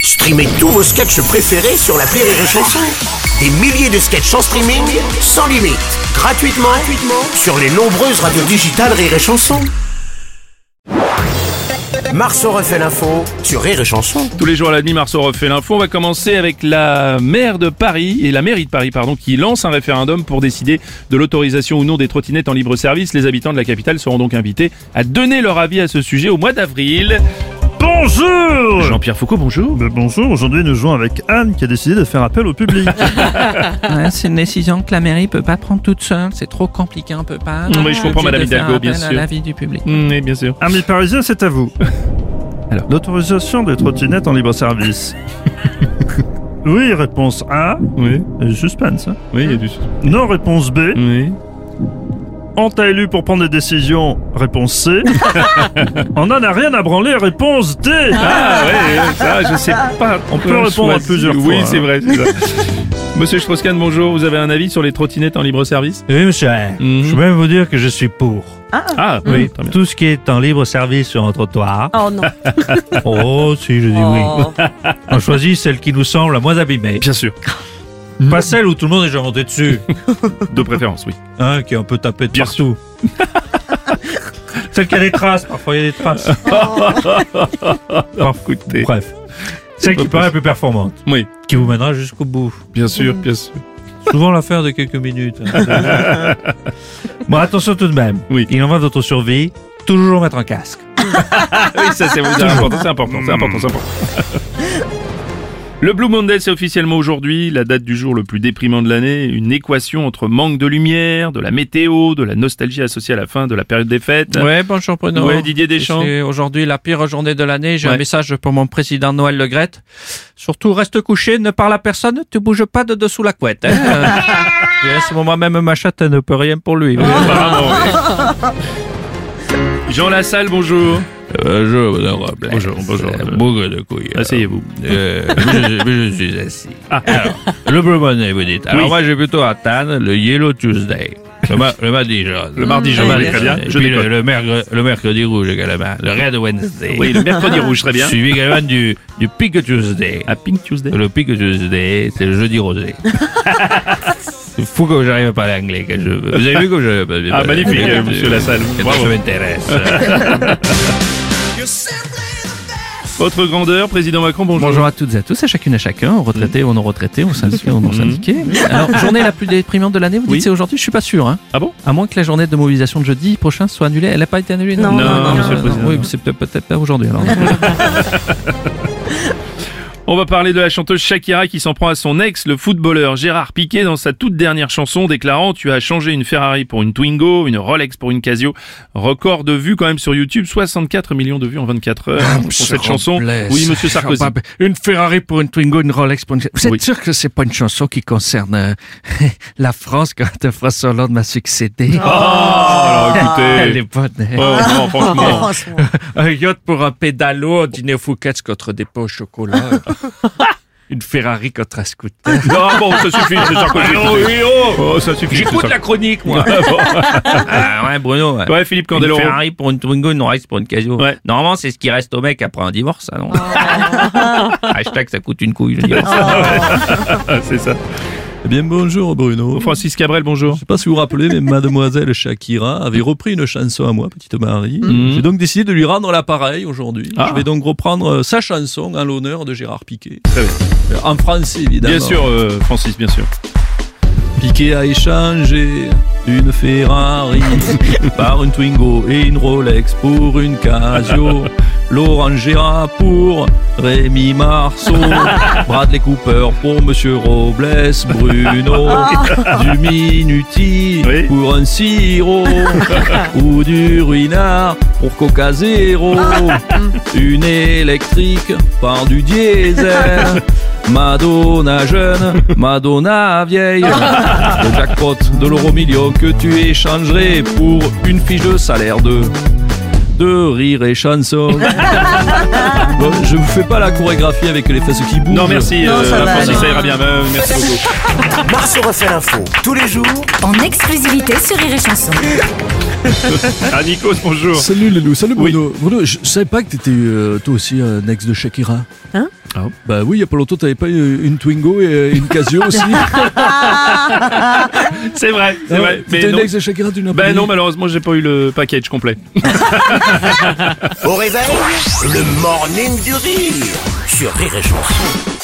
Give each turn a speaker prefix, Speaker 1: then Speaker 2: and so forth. Speaker 1: Streamez tous vos sketchs préférés sur la Rire et Chanson. Des milliers de sketchs en streaming, sans limite, gratuitement, gratuitement sur les nombreuses radios digitales Rire et Chanson. Marceau refait l'info sur Rire et Chanson.
Speaker 2: Tous les jours à la demi, Marceau refait l'info. On va commencer avec la maire de Paris et la mairie de Paris, pardon, qui lance un référendum pour décider de l'autorisation ou non des trottinettes en libre service. Les habitants de la capitale seront donc invités à donner leur avis à ce sujet au mois d'avril.
Speaker 3: Bonjour
Speaker 2: Jean-Pierre Foucault, bonjour.
Speaker 3: Mais Bonjour, aujourd'hui nous jouons avec Anne qui a décidé de faire appel au public.
Speaker 4: Ouais, c'est une décision que la mairie peut pas prendre toute seule. C'est trop compliqué, on peut pas.
Speaker 2: Oui, je comprends,
Speaker 4: Obligé
Speaker 2: Madame
Speaker 4: de faire
Speaker 2: Hidalgo, bien
Speaker 4: appel à
Speaker 2: sûr.
Speaker 4: L'avis du public.
Speaker 2: Mm, oui, bien sûr.
Speaker 3: Amis parisiens, c'est à vous.
Speaker 2: Alors.
Speaker 3: L'autorisation des trottinettes en libre service. oui, réponse A.
Speaker 2: Oui,
Speaker 3: euh, Suspense. hein.
Speaker 2: oui, il y a du...
Speaker 3: Non, réponse B.
Speaker 2: Oui.
Speaker 3: On t'a élu pour prendre des décisions. Réponse C. On n'en a rien à branler. Réponse D.
Speaker 2: Ah ouais, ouais, ça, je sais pas. On
Speaker 3: peut répondre à plusieurs
Speaker 2: Oui,
Speaker 3: fois,
Speaker 2: c'est
Speaker 3: hein.
Speaker 2: vrai, c'est ça. Monsieur Strauss-Kahn, bonjour. Vous avez un avis sur les trottinettes en libre service
Speaker 5: Oui, monsieur. Hein?
Speaker 2: Mhm.
Speaker 5: Je peux même vous dire que je suis pour.
Speaker 2: Ah, oui, très bien.
Speaker 5: Tout ce qui est en libre service sur un trottoir.
Speaker 6: Oh non.
Speaker 5: Oh, si, je dis oui.
Speaker 6: Oh.
Speaker 5: On choisit celle qui nous semble la moins abîmée.
Speaker 2: Bien sûr, Mm.
Speaker 5: Pas celle où tout le monde est déjà monté dessus.
Speaker 2: de préférence, oui.
Speaker 5: Hein, qui est un peu tapé de
Speaker 2: Bien
Speaker 5: partout. celle qui a des traces. Parfois, il y a des traces.
Speaker 2: Oh, écoutez.
Speaker 5: Bref. Celle
Speaker 2: pas
Speaker 5: qui paraît plus performante.
Speaker 2: Oui,
Speaker 5: Qui vous mènera jusqu'au bout.
Speaker 2: bien sûr, bien sûr.
Speaker 5: Souvent l'affaire de quelques minutes. hein. bon, attention tout de même.
Speaker 2: Oui.
Speaker 5: Il en va de votre survie. Toujours mettre un casque.
Speaker 2: Oui, ça c'est c'est important, c'est important,
Speaker 4: Hmm.
Speaker 2: c'est important, c'est important. Le Blue Monday, c'est officiellement aujourd'hui la date du jour le plus déprimant de l'année. Une équation entre manque de lumière, de la météo, de la nostalgie associée à la fin de la période des fêtes.
Speaker 4: Ouais, bonjour Bruno.
Speaker 2: Ouais, Didier Deschamps.
Speaker 4: C'est aujourd'hui la pire journée de l'année. J'ai
Speaker 2: Ouais.
Speaker 4: un message pour mon président Noël Le Gret. Surtout, reste couché, ne parle à personne, tu bouges pas de dessous la couette. Hein. Euh, je laisse moi-même ma chatte, elle ne peut rien pour lui.
Speaker 2: Apparemment, oui. Jean Lassalle, bonjour.
Speaker 5: Bonjour, madame Robles.
Speaker 2: Bonjour, bonjour.
Speaker 5: Euh, Beaucoup de couilles.
Speaker 2: Asseyez-vous.
Speaker 5: Euh, mais je, mais je suis assis.
Speaker 4: Ah.
Speaker 5: Alors, le Blue Monday, vous dites. Alors,
Speaker 2: Oui.
Speaker 5: moi, j'ai plutôt à Tannes le Yellow Tuesday. Le, ma- le mardi jaune. Euh,
Speaker 2: Le mardi jaune, très bien,
Speaker 5: Et
Speaker 2: je
Speaker 5: puis
Speaker 2: décolle.
Speaker 5: le, le mercre- le mercredi rouge également. Le Red Wednesday.
Speaker 2: Oui, le mercredi rouge, très bien. Ah.
Speaker 5: Suivi également du, du Pink Tuesday.
Speaker 2: À Pink Tuesday.
Speaker 5: Le Pink Tuesday, c'est le jeudi rosé. C'est fou comme j'arrive à parler anglais quand je veux. Vous avez vu comme je.
Speaker 2: Ah, magnifique, euh, monsieur Lassalle.
Speaker 5: Quand
Speaker 2: Bravo. Euh,
Speaker 5: je m'intéresse.
Speaker 2: Votre grandeur, président Macron, bonjour.
Speaker 4: Bonjour à toutes et à tous, à chacune et à chacun, aux retraités, aux non-retraités, aux syndiqués, aux non-syndiqués. Alors, journée la plus déprimante de l'année, vous dites
Speaker 2: Mhm. Oui.
Speaker 4: c'est aujourd'hui, je suis pas sûr. Hein.
Speaker 2: Ah bon
Speaker 4: À moins que la journée de mobilisation de jeudi prochain soit annulée. Elle n'a pas été annulée
Speaker 6: Non, Non, non, non,
Speaker 2: monsieur le président,
Speaker 4: Oui, mais c'est peut-être peut-être pas aujourd'hui alors.
Speaker 2: On va parler de la chanteuse Shakira qui s'en prend à son ex, le footballeur Gérard Piquet, dans sa toute dernière chanson déclarant Tu as changé une Ferrari pour une Twingo, une Rolex pour une Casio. Record de vues quand même sur YouTube, 64 millions de vues en 24 heures pour cette chanson. Oui, monsieur Sarkozy.
Speaker 4: Une Ferrari pour une Twingo, une Rolex pour une. Vous
Speaker 2: Oui.
Speaker 4: sûr que c'est pas une chanson qui concerne euh, la France quand François Hollande m'a succédé
Speaker 2: Ah, alors
Speaker 4: Elle est
Speaker 2: écoutez.
Speaker 4: bonne. hein.
Speaker 2: Oh, non, franchement.
Speaker 6: Franchement.
Speaker 4: Un yacht pour un pédalo, un dîner Fouquet's contre des pots au chocolat. une Ferrari contre un scooter.
Speaker 2: Non, ah, bon, ça suffit, monsieur Sarkozy. Oh, ça suffit. monsieur Sarkozy.
Speaker 4: chronique, moi. ah ouais, Bruno. ouais.
Speaker 2: Ouais, Philippe
Speaker 4: Une
Speaker 2: Candeloro.
Speaker 4: Ferrari pour une Twingo, une Rolex pour une Casio.
Speaker 2: Ouais.
Speaker 4: Normalement, c'est ce qui reste au mec après un divorce. hein, non Hashtag ça coûte une couille. le divorce.
Speaker 2: Ah, C'est ça.
Speaker 7: Eh bien bonjour Bruno.
Speaker 2: Francis Cabrel, bonjour.
Speaker 7: Je sais pas si vous vous rappelez, mais mademoiselle Shakira avait repris une chanson à moi, petite Marie. J'ai donc décidé de lui rendre l'appareil aujourd'hui.
Speaker 2: Mm. Ah.
Speaker 7: Je vais donc reprendre euh, sa chanson en l'honneur de Gérard Piquet.
Speaker 2: Très bien.
Speaker 7: Euh, En français, évidemment.
Speaker 2: Bien sûr, euh, Francis, bien sûr.
Speaker 7: Piquet a échangé une Ferrari par une Twingo et une Rolex pour une Casio. Laurent Gérard pour Rémi Marceau, Bradley Cooper pour Monsieur Robles, Bruno, du Minuti
Speaker 2: Oui.
Speaker 7: pour un sirop, ou du Ruinard pour Coca Zéro, une électrique par du diesel, Madonna jeune, Madonna vieille. Le jackpot de l'euro million que tu échangerais pour une fiche de salaire de
Speaker 8: de rire et chanson. Bon, je vous fais pas la chorégraphie avec les fesses qui bougent.
Speaker 2: Non, merci,
Speaker 6: Non,
Speaker 2: euh,
Speaker 6: ça va,
Speaker 2: Francis,
Speaker 6: non.
Speaker 2: ça ira bien. Euh, merci beaucoup.
Speaker 1: Marceau refait l'info tous les jours
Speaker 6: En exclusivité sur Rire et Chanson.
Speaker 2: Ah, Nikos, bonjour.
Speaker 7: Salut Lelou, salut
Speaker 2: Oui.
Speaker 7: Bruno. Bruno, je savais pas que t'étais euh, toi aussi un ex de Shakira.
Speaker 6: Hein
Speaker 7: Ah, Bah oui, il y a pas longtemps, t'avais pas eu une Twingo et euh, une Casio aussi.
Speaker 2: C'est vrai, c'est vrai. Mais
Speaker 7: T'étais une
Speaker 2: non.
Speaker 7: ex de Shakira, tu n'as pas
Speaker 2: Ben
Speaker 7: dit.
Speaker 2: non, malheureusement, j'ai pas eu le package complet.
Speaker 1: Au réveil, le morning du rire sur Rire et Chanson.